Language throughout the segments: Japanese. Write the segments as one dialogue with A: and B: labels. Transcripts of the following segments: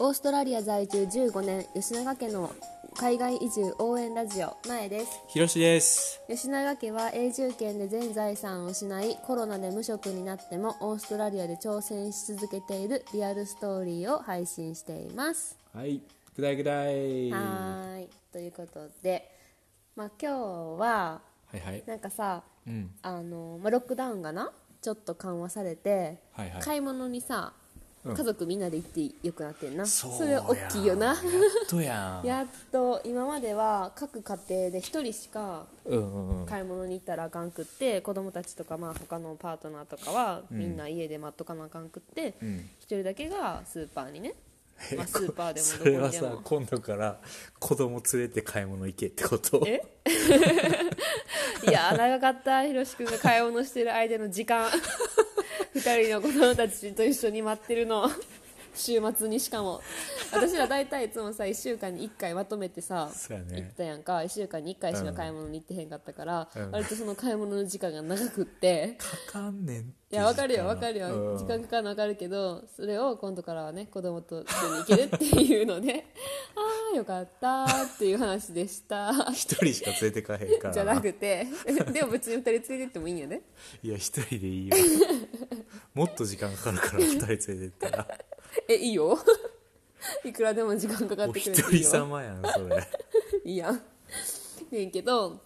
A: オーストラリア在住15年吉永家の海外移住応援ラジオ前です
B: ひろしです。
A: 吉永家は永住権で全財産を失いコロナで無職になってもオーストラリアで挑戦し続けているリアルストーリーを配信しています
B: はい、ぐだいぐだい。は
A: はーいということで、まあ、今日はい
B: はい。
A: なんかさ
B: うん。
A: あの、まあ、ロックダウンがなちょっと緩和されて、
B: はいはい
A: 買い物にさ
B: うん
A: 家族みんなで行ってよくなってんな、れ大きいよな
B: やっとやん。
A: やっと今までは各家庭で1人しか
B: うんうんうん。
A: 買い物に行ったらあかんくって子供たちとかまあ他のパートナーとかはみんな家で待っとかなあかんくって、
B: う
A: 1
B: ん
A: 人だけがスーパーに ね、まあ、スーパーで
B: そ
A: も
B: れ
A: どこ
B: は
A: にで
B: さ
A: も、
B: 今度から子供連れて買い物行けってこと
A: えいや長かったひろし君が買い物してる間の時間2人の子供たちと一緒に待ってるの週末にしかも私ら大体いつもさ1週間に1回まとめてさ、
B: そうや
A: 行っ
B: ね。
A: たやんか1週間に1回しか買い物に行ってへんかったから、
B: うん
A: 割とその買い物の時間が長くって
B: かかんねんって
A: いやわかるよわかる
B: う
A: よ
B: ん
A: 時間かかるのわかるけどそれを今度からはね子供と一緒に行けるっていうのでああよかったっていう話で した
B: 一人しか連れてかへんから
A: じゃなくて でも別に2人連れてってもいいんよね
B: いや一人でいいよもっと時間かかるから二人連れてったら
A: えいいよ いくらでも時間かかっ
B: お
A: てく
B: 一
A: れていい
B: 人
A: よ
B: 様やんそれ
A: いいやんねんけど、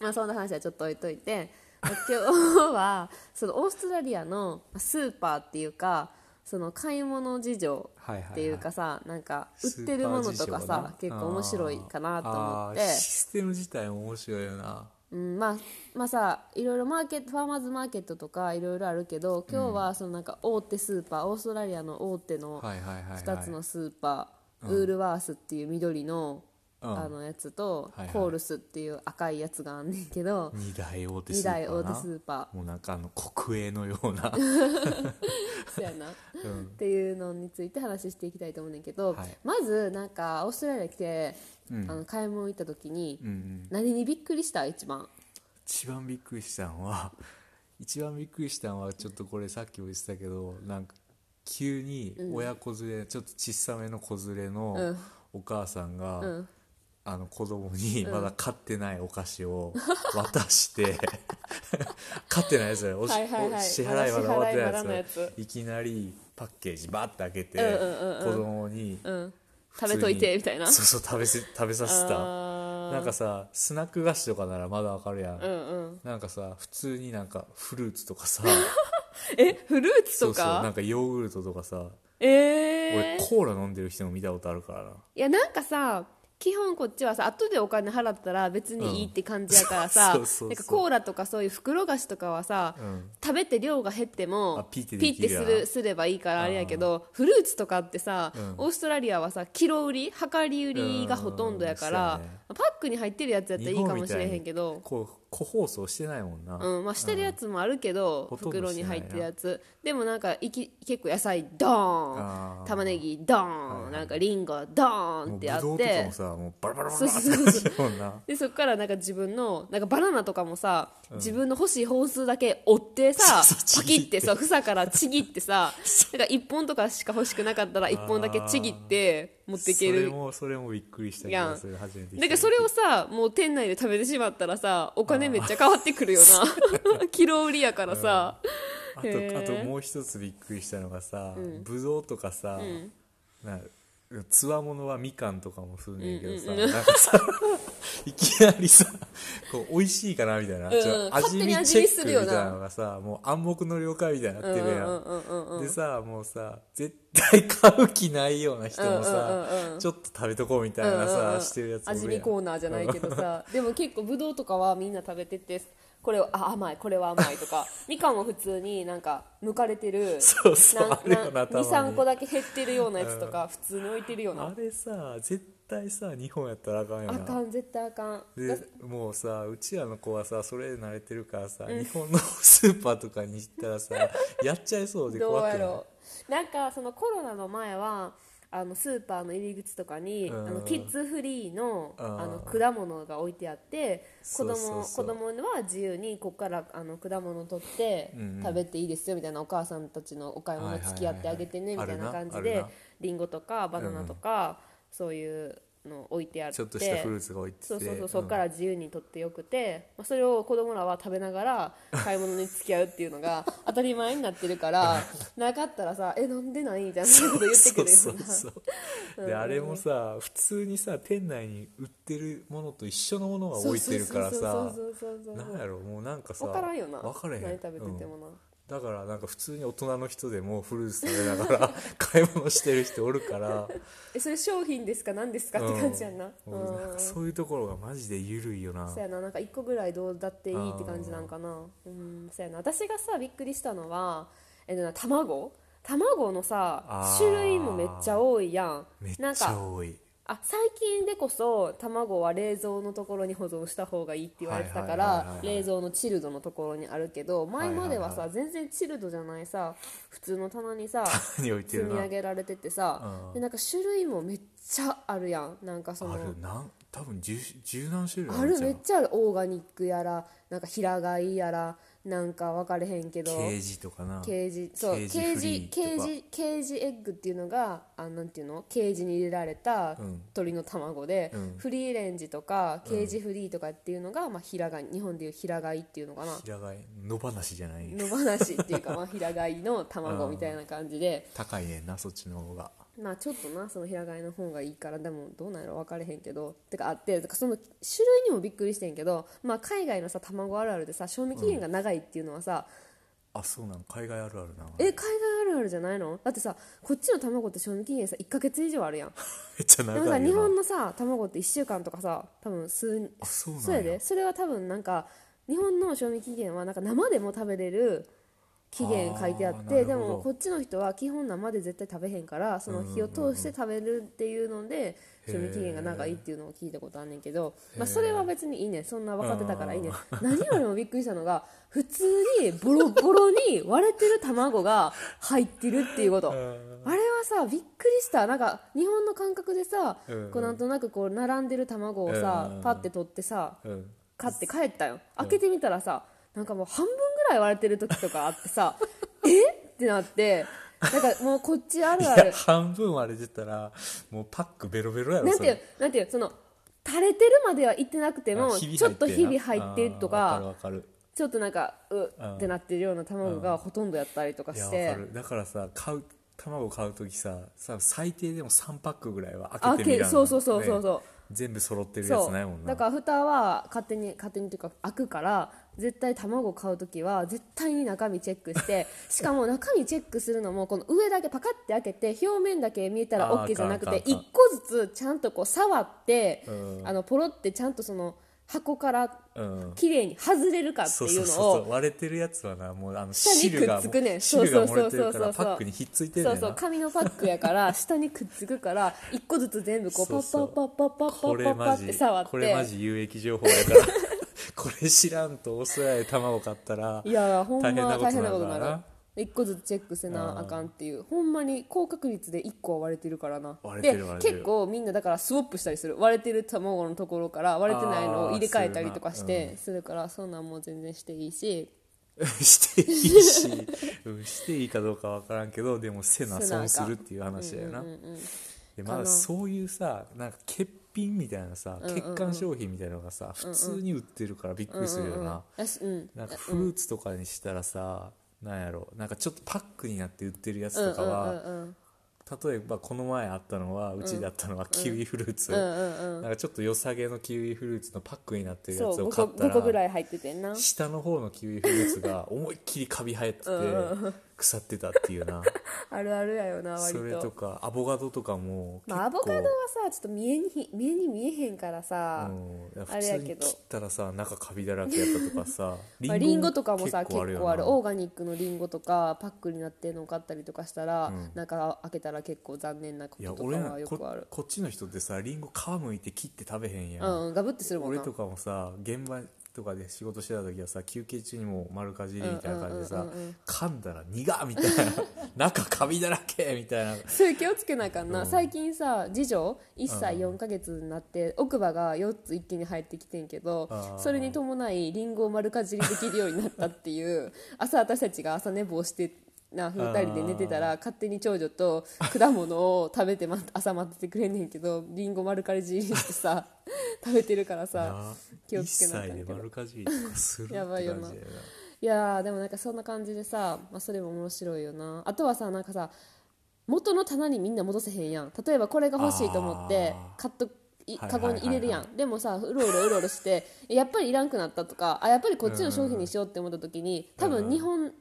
A: まあ、そんな話はちょっと置いといて まあ今日はそのオーストラリアのまあスーパーっていうかその買い物事情
B: はいはいはい
A: っていうかさ、なんか売ってるものとか
B: スーパー事情な
A: さ結構面白いかなと思っ
B: あー
A: て
B: あー、システム自体面白いよな
A: うん、まあまあさいろいろマーケットファーマーズマーケットとかいろいろあるけど今日はそのなんか大手スーパーオーストラリアの大手の
B: はいはいはい、はい、
A: 2つのスーパー、ウールワースっていう緑の,、
B: うん
A: あのやつと、
B: はいはい
A: コールスっていう赤いやつがあんねんけど
B: 二大大
A: 2
B: 手スーパー
A: 大大手スーパ
B: もうなんかあの国営のような
A: ー そやな、っていうのについて話していきたいと思うねんけど、
B: はい
A: まずなんかオーストラリア来て、あの買い物行った時に、何にびっくりした一番
B: 一番びっくりしたのは一番びっくりしたのはちょっとこれさっきも言ってたけどなんか急に親子連れ、ちょっと小さめの子連れのお母さんが、
A: ん
B: あの子供にまだ買ってないお菓子を渡して、 買ってないやつだよおし
A: はいはいはい
B: お支払いまだ終わってない
A: まだ支払いまだのや
B: やつ
A: つ
B: いきなりパッケージバッて開けて、
A: うんうんうんうん
B: 子供に、
A: 食べとい
B: 普通
A: て
B: に
A: みたいな
B: そうそう食 べせ食べさせた
A: あー
B: なんかさスナック菓子とかならまだわかるや
A: う
B: ん、
A: んうん、
B: なんかさ普通になんかフルーツとかさ
A: えフルーツ
B: そ
A: と
B: うそうな
A: か
B: んかヨーグルトとかさ、
A: え
B: 俺
A: ー、
B: コーラ飲んでる人も見たことあるからない
A: やなんかさ基本こっちはさ後でお金払ったら別にいいって感じやからさ、
B: うん そうそうそう
A: なんかコーラとかそういう袋菓子とかはさ、
B: ん
A: 食べて量が減っても
B: あピッてで
A: ピ
B: き
A: ッて
B: る
A: す
B: やん
A: るすればいいからあれやけどフルーツとかってさ、オーストラリアはさキロ売り量り売りがほとんどやから、
B: うんそうやね
A: パックに入ってるやつやったらいいかもしれへんけど
B: こう個包装してないもんな、
A: うんまあ、してるやつもあるけど、
B: ほとんど
A: 袋に入っ
B: し
A: る
B: ててないな
A: やつでもなんかいき結構野菜ドー
B: あ
A: ン
B: ー
A: 玉ねぎドー
B: はい
A: ン、
B: はい
A: なんかリンゴドーン
B: もう
A: っ
B: ブ
A: てあっ
B: ドウとか
A: て
B: もさもうバラバラバ
A: そう
B: ラ
A: そ
B: バ
A: う
B: ラっ
A: そ
B: て
A: う
B: 感じやもんな
A: でそこからなんか自分のなんかバナナとかもさ、自分の欲しい本数だけ折ってさ
B: そうそう
A: パキってさ房からちぎってさなんか1本とかしか欲しくなかったら1本だけちぎって持っていけ
B: それ
A: る
B: もそれもびっくりしたけ
A: や
B: ど
A: ん
B: それ初めて聞いた
A: だからそれをさもう店内で食べてしまったらさお金めっちゃ変わってくるよ なキロ売りやからさ、
B: あ
A: へー
B: とあともう一つびっくりしたのがさ、ぶどうとかさ、なつわものはみかんとかもするねんけどさ、なんか さいきなりさこう美味しいかなみたいな、
A: ん
B: ちょ
A: 勝手に味
B: チェ
A: 見
B: ッ
A: す
B: ク
A: る
B: み
A: よ
B: た
A: ない
B: なのがさもう暗黙の了解みたいになってるやん,、
A: うんうんうんうんうん
B: でさもうさ絶対買う気ないような人もさ、
A: うんうん
B: ちょっと食べとこうみたいなさ、してるやつおるやん
A: 味見コーナーじゃないけどさでも結構ぶどうとかはみんな食べててこれはあ甘いこれは甘いと かみかんは普通になんか剥かれてる
B: そうそうあるよなたまに
A: 23個だけ減ってるようなやつとか普通に置いてるよう
B: あ
A: な
B: れさ絶対さ日本やったらあかんよ
A: あ
B: な
A: かん絶対あかん
B: でもうさうちらの子はさそれ慣れてるからさ、日本のスーパーと かに行ったらさやっちゃいそうで
A: どう
B: 怖
A: や
B: くない
A: ろうなんかそのコロナの前はあのスーパーの入り口とかに、
B: うん
A: あのキッズフリーの
B: うん
A: あの果物が置いてあって子供
B: そうそうそう
A: 子供は自由にここからあの果物取って
B: うんうん
A: 食べていいですよみたいなお母さんたちのお買い物付き合ってあげてねみ
B: はい
A: た
B: はい
A: い
B: はい
A: な
B: はい
A: 感じ
B: ある
A: で
B: なあるな
A: リンゴとかバナナとか、そういうの置いてあって
B: ちょっとしたフルーツが置いてて
A: そうそうそうそこか
B: ん
A: ら自由に取ってよくて、まあ、それを子供らは食べながら買い物に付き合うっていうのが当たり前になってるからなかったらさ「えなんでない?」みたいなこと言ってくるよ
B: そうう
A: な
B: そうそうであれもさ普通にさ店内に売ってるものと一緒のものが置いてるからさ
A: そうそうそうそうそう
B: なんやろもうなんかさ
A: 分からんよな
B: 分からへん
A: 何食べてて
B: う
A: も
B: ん
A: な、
B: だからなんか普通に大人の人でもフルーツ食べながら 買い物してる人おる から
A: えそれ商品ですか何ですかって感じやんな,、
B: う
A: うんん
B: もうなんか
A: そ
B: そういうところがマジで緩いよな
A: うやななんか1個ぐらいどうだっていいって感じなんかなうんそうやな私がさびっくりしたのはえっとな卵卵の
B: あ
A: さ
B: ー
A: 種類もめっちゃ多いやん
B: めっち
A: なんか
B: ゃ多い
A: あ最近でこそ卵は冷蔵のところに保存した方がいいって言われてたか
B: はいはいはい
A: ら
B: はいはい
A: 冷蔵のチルドのところにあるけど前まではさ、
B: は
A: 全然チルドじゃないさ普通の棚にさ
B: 何置いて
A: 積
B: る
A: み
B: な
A: 上げられててさ、
B: うん
A: でなんか種類もめっちゃあるやんなんかその
B: あるなん多分十十何種類
A: あ
B: ある
A: る
B: じゃ
A: めっ
B: ん
A: ちゃあるオーガニックやらなんか平飼いやらなんか分かれへんけど
B: ケージとかな
A: ケージそう
B: ケ
A: ケ
B: ー
A: ージ
B: ジフリ
A: ケ
B: ーと
A: ー
B: か
A: ジケージエッグっていうのがあなんていうのケージに入れられた
B: うん
A: 鳥の卵で、
B: うん
A: フリーレンジとかケージフリーとかっていうのが、まあ平飼い日本でいう平飼いっていうのかな
B: 平飼い野放しじゃない
A: 野放しっていうか、ま あ、平飼いの卵みたいな感じで、
B: 高いねんなそっちの方が
A: まあちょっとなその平飼いの方がいいからでもどうなんやろ分かれへんけどてかあっててかその種類にもびっくりしてんけど、まあ、海外のさ卵あるあるでさ賞味期限が長いっていうのはさ、
B: あそうなの海外あるあるな
A: え海外あるあるじゃないのだってさこっちの卵って賞味期限さ1ヶ月以上あるやん
B: めっちゃ
A: でも
B: 長
A: さ
B: い
A: 日
B: よ
A: 本
B: な
A: のさ卵って1週間とかさ多分数
B: あそう
A: そう
B: な
A: や
B: んや
A: でそれは多分なんか日本の賞味期限はなんか生でも食べれる期限書いてあ
B: あ
A: っ
B: ーなるほど
A: てでもこっちの人は基本生で絶対食べへんからその火を通して食べるっていうので賞味期限が長いっていうのを聞いたことあんねんけど、まあ、それは別にいいねんそんな分かってたからいいねん 何よりもびっくりしたのが普通にボロボロに割れてる卵が入ってるっていう こと。あれはさびっくりしたなんか日本の感覚でさ、
B: うん
A: こうなんとなくこう並んでる卵をさ、
B: うん
A: パッて取ってさ、
B: うん
A: 買って帰ったよ開けてみたらさなんかもう半分ぐらい割れてる時とかあって さえってなってなんかもうこっちあ
B: い
A: るあ
B: や
A: る
B: 半分割れてたらもうパックベロベロやろ
A: なんていう
B: それ
A: なんていうその垂れてるまでは行ってなくても
B: あひび入
A: ちょっと
B: てん
A: ひ
B: な
A: び入ってると
B: あー
A: か
B: わかるわかる
A: ちょっとなんかう
B: うん
A: ってなってるような卵がほとんどやったりとか
B: いや
A: し
B: わ
A: て
B: かるだからさ買う卵買う時ささ最低でも3パックぐらいは開
A: 開
B: け
A: け
B: てみらん
A: そうそうそうそうそう、
B: 全部揃ってるや
A: そ
B: つ
A: う
B: ないもんな
A: だから蓋は勝手に勝手にというか開くから絶対卵買う時は絶対に中身チェックして しかも中身チェックするのもこの上だけパカって開けて表面だけ見えたら
B: あー
A: OK じゃなく
B: あかん
A: て
B: あかんあ
A: 1
B: かん
A: 個ずつちゃんとこう触って
B: うん
A: あのポロってちゃんとその箱から
B: うん
A: 綺麗に外れるかって
B: そう
A: い
B: そうう
A: の
B: そう
A: を
B: そう割れてるやつはなもうあの
A: 下に
B: 汁が
A: くっつくねん
B: 汁が漏れて
A: そう
B: るか
A: そうそうそ
B: ら
A: うそう
B: パックにひっついてる
A: そ
B: ね
A: うんそ
B: な
A: う紙のパックやから下にくっつくから1個ずつ全部こうパ
B: そう
A: ッパッ
B: そう
A: パッパッパッパ
B: こ
A: ッパ
B: れ
A: ッパ
B: マ
A: ッって
B: ジ
A: 触って
B: これマジ有益情報やから これ知らんとオーストラリアで卵買ったら
A: いやほんま
B: 大変なこと
A: 大変なこと
B: に
A: にな
B: なるから
A: る一個ずつチェックせ
B: あ
A: な
B: ー
A: あかんっていうほんまに高確率で一個は割れてるからな
B: 割れて
A: で
B: る割れてる
A: 結構みんなだからスワップしたりする割れてる卵のところから割れてないのを入れ替えたりとかし
B: あ
A: てするからそんなんもう全然していいし
B: していいし、うん、していいかどうかわからんけどでもせな
A: せなあ
B: 損
A: かん
B: するっていう話だよな、でま
A: か
B: だ
A: な
B: そういうさなんか欠品みたいなさ、欠陥商品みたいなのがさ普通に売ってるからびっくりするよな、
A: だしうん
B: なんかフルーツとかにしたらさ、なんやろなんかちょっとパックになって売ってるやつとかは、
A: うんうん
B: 例えばこの前あったのはうちであったのはキウイフルーツ、なんかちょっと良さげのキウイフルーツのパックになってるや
A: そう
B: つを
A: 5
B: 買
A: 個
B: った
A: 五個ぐら
B: ら
A: い入っててんな
B: 下の方のキウイフルーツが思いっきりカビ生えてて腐ってたっ ていうな
A: あるあるやよな割
B: それと
A: と
B: かアボカドとかも結構、
A: まあアボカドはさちょっと見えに見えに見えへんからさ
B: うんいや
A: あ
B: 普
A: れや
B: 通
A: け
B: に
A: ど
B: 切ったらさ中カビだらけやったとかさ リ
A: まあ、リンゴとかもさ結構ある
B: よな
A: オーガニックのリンゴとかパックになってるの買ったりとかしたら、中開けたら結構残念なこ
B: い
A: とと
B: や
A: か
B: 俺ら
A: はよ
B: こ
A: くある
B: こっちの人ってさリンゴ皮むいて切って食べへんや
A: うん、うん、ガブってするもん
B: 俺
A: な
B: とかもさ現場とかで仕事してた時はさ休憩中にもう丸かじりみたいな感じで
A: うん
B: さ
A: うんうんうん
B: 噛んだら苦っみたいな 中カビだらけみたいな
A: それ気をつけなあかんな、
B: うん
A: 最近さ次女1歳
B: うん
A: 4ヶ月になって奥歯が4つ一気に入ってきてんけど
B: あー
A: それに伴いリンゴを丸かじりできるようになったっていう 朝私たちが朝寝坊してな2人で寝てたら勝手に長女と果物を食べて、ま、朝待っててくれんねんけどリンゴ丸かじりしてさ食べてるからさ
B: な
A: 気を
B: 1
A: つけなあかん
B: 歳
A: けど
B: で丸かじりとかするって
A: や
B: 感
A: ばい
B: じだ
A: よ
B: よ
A: な
B: ない
A: やーでもなんかそんな感じでさ、まあ、それも面白いよなあとはさなんかさ元の棚にみんな戻せへんやん例えばこれが欲しいと思って
B: あー
A: 買っとい
B: はい
A: カゴに入れるやん、
B: はい
A: でもさうろうろうろうろして やっぱりいらんくなったとかあやっぱりこっちの商品にしようって思った時に多分日本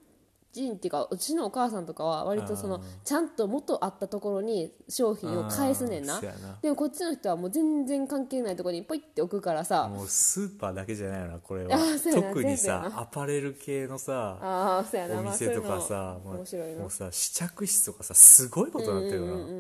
A: 人っていうかうちのお母さんとかは割とそ
B: あー
A: のちゃんと元あったところに商品を返すねん
B: あー
A: な
B: そうやな
A: でもこっちの人はもう全然関係ないところにポイって置くからさ
B: もうスーパーだけじゃないよなこれ
A: あ
B: は
A: ーそうやな
B: 特に
A: 全
B: さ
A: 部や
B: アパレル系のさ
A: ああそうやな
B: お
A: まあ
B: 店とか
A: そういうの
B: さ、もう
A: 面白いな
B: もうさ試着室とかさすごいことになってるよな、
A: うんうんうんう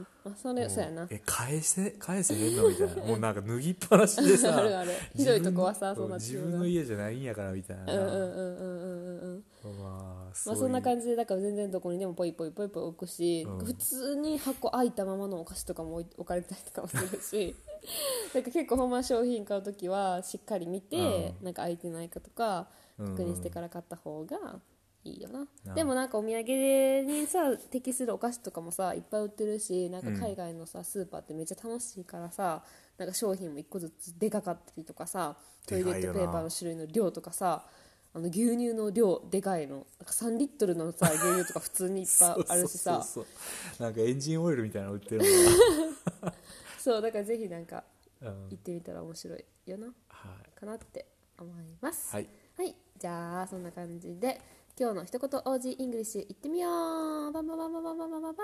A: んあそれそうやな
B: え返せ返せへんのみ たいなもうなんか脱ぎっぱなしでさ
A: あるあるひどいとこはさそうなって
B: 自
A: るよな
B: 分の家じゃないんやからみたいな、
A: うんうんうんうんうんうんうん
B: まあそ
A: まあ
B: ういう
A: そんな感じでだから全然どこにでもポイポイポイポイ置くし、
B: うん
A: 普通に箱開いたままのお菓子とかも置い 置かれたりとかもするし なんか結構ほんま商品買う時はしっかり見て、なんか開いてないかとか
B: うんうん
A: 確認してから買った方がいいよな、
B: なあ
A: でもなんかお土産にさ適するお菓子とかもさいっぱい売ってるしなんか
B: うん
A: 海外のさスーパーってめっちゃ楽しいからさなんか商品も一個ずつでかかったりとかさトイレ
B: でか
A: ッ
B: い
A: ト
B: よ
A: ペ
B: な
A: ーパーの種類の量とかさあの牛乳の量でかいのなんか3リットルのさ牛乳とか普通にいっぱいあるしさ
B: そうそうそうなんかエンジンオイルみたいなの売ってるの
A: そうだからぜひなんか
B: が、うん
A: 行ってみたら面白いよな
B: はい
A: かなって思います
B: はい、
A: はい、じゃあそんな感じで今日の一言 OG イングリッシュ行ってみようバンバンバンバンバンバンバンバン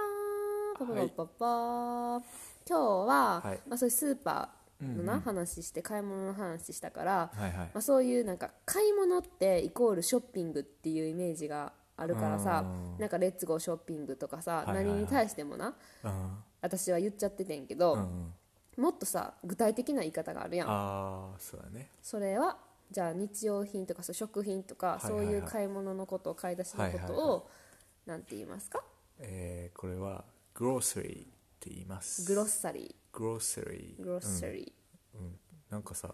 A: バンバンバンバンバンバン今日は、
B: はい
A: まあ、そういうスーパーのな、
B: うんうん
A: 話して買い物の話したから、
B: はいはい
A: まあ、そういうなんか買い物ってイコールショッピングっていうイメージがあるからさ
B: うん
A: なんかレッツゴーショッピングとかさ、
B: いはいはい
A: 何に対してもな私は言っちゃっててんけど、
B: うんうん
A: もっとさ具体的な言い方があるやん
B: ああそうだね
A: それはじゃあ日用品とかそう食品とか、
B: はいはいはい
A: そういう買い物のこと買い出しのことを、
B: はいはいは
A: なんて言いますか
B: えーこれはグロッサリーって言います
A: グロッサリ
B: グロッサリー
A: ーグロッサ
B: ー、
A: リ
B: うんうんなんかさ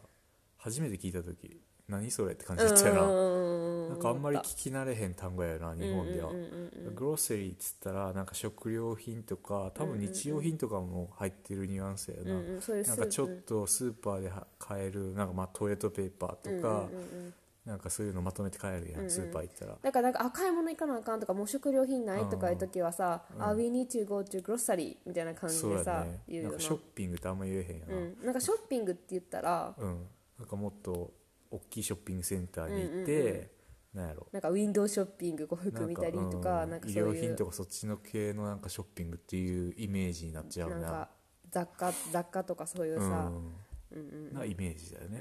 B: 初めて聞いた時何それって感
A: ー、
B: じだったよな、
A: う
B: なんかあんまり聞き慣れへん単語やな日本では、
A: うんうんうんうんうん
B: グロッセリーっつったらなんか食料品とか多分日用品とかも入ってるニュアンスやな、
A: うんうんそういうス
B: な
A: ー
B: ん
A: プ
B: かちょっとスーパーでは買えるなんかまあトイレットペーパーとか、
A: うんうんうんうん
B: なんかそういうのまとめて買えるやん、
A: うんうん
B: スーパー行ったら
A: だからなんかあ買い物行かなあかんとかもう食料品ないとかいう時はさ「あ We need to go to grocery」みたいな感じ
B: そう
A: で
B: や
A: さ、
B: ね
A: 言う
B: な
A: よ
B: ん
A: な
B: かショッピングってあんま言えへんや
A: う
B: な、
A: ん、なんかショッピングって言ったら
B: うん、なんかもっと大きいショッピングセンターに行って、なんやろ
A: なんかウィンドウショッピングこう服見たりとか
B: うん
A: なんか
B: 衣
A: そう
B: 料
A: い
B: 品
A: う
B: とかそっちの系のなんかショッピングっていうイメージになっちゃう
A: なん
B: な
A: か雑貨雑貨とかそういうさ、
B: うんなイメージだよね、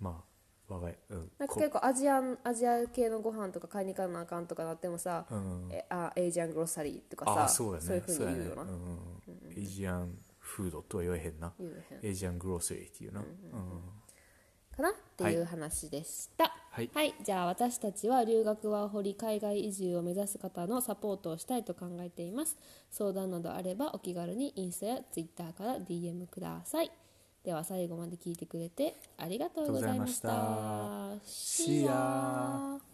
B: まあ我が家、うん、
A: なんか
B: こ
A: 結構アジアンアジア系のご飯とか買いに行かなあかんとかなってもさ、
B: うん
A: えあエイジアングロッサリーとか
B: あ
A: さ
B: あそうやね
A: いうふうに言うよな
B: そうやねうんエイジアンフードとは言えへんな
A: 言うへん
B: エイジアングローセリーっていうな、うん
A: かなっていう話でした
B: はい
A: じゃあ私たちは留学ワーホリ海外移住を目指す方のサポートをしたいと考えています相談などあればお気軽にインスタやツイッターから DM くださいでは最後まで聞いてくれてありがとうございました
B: ありがとうございました See ya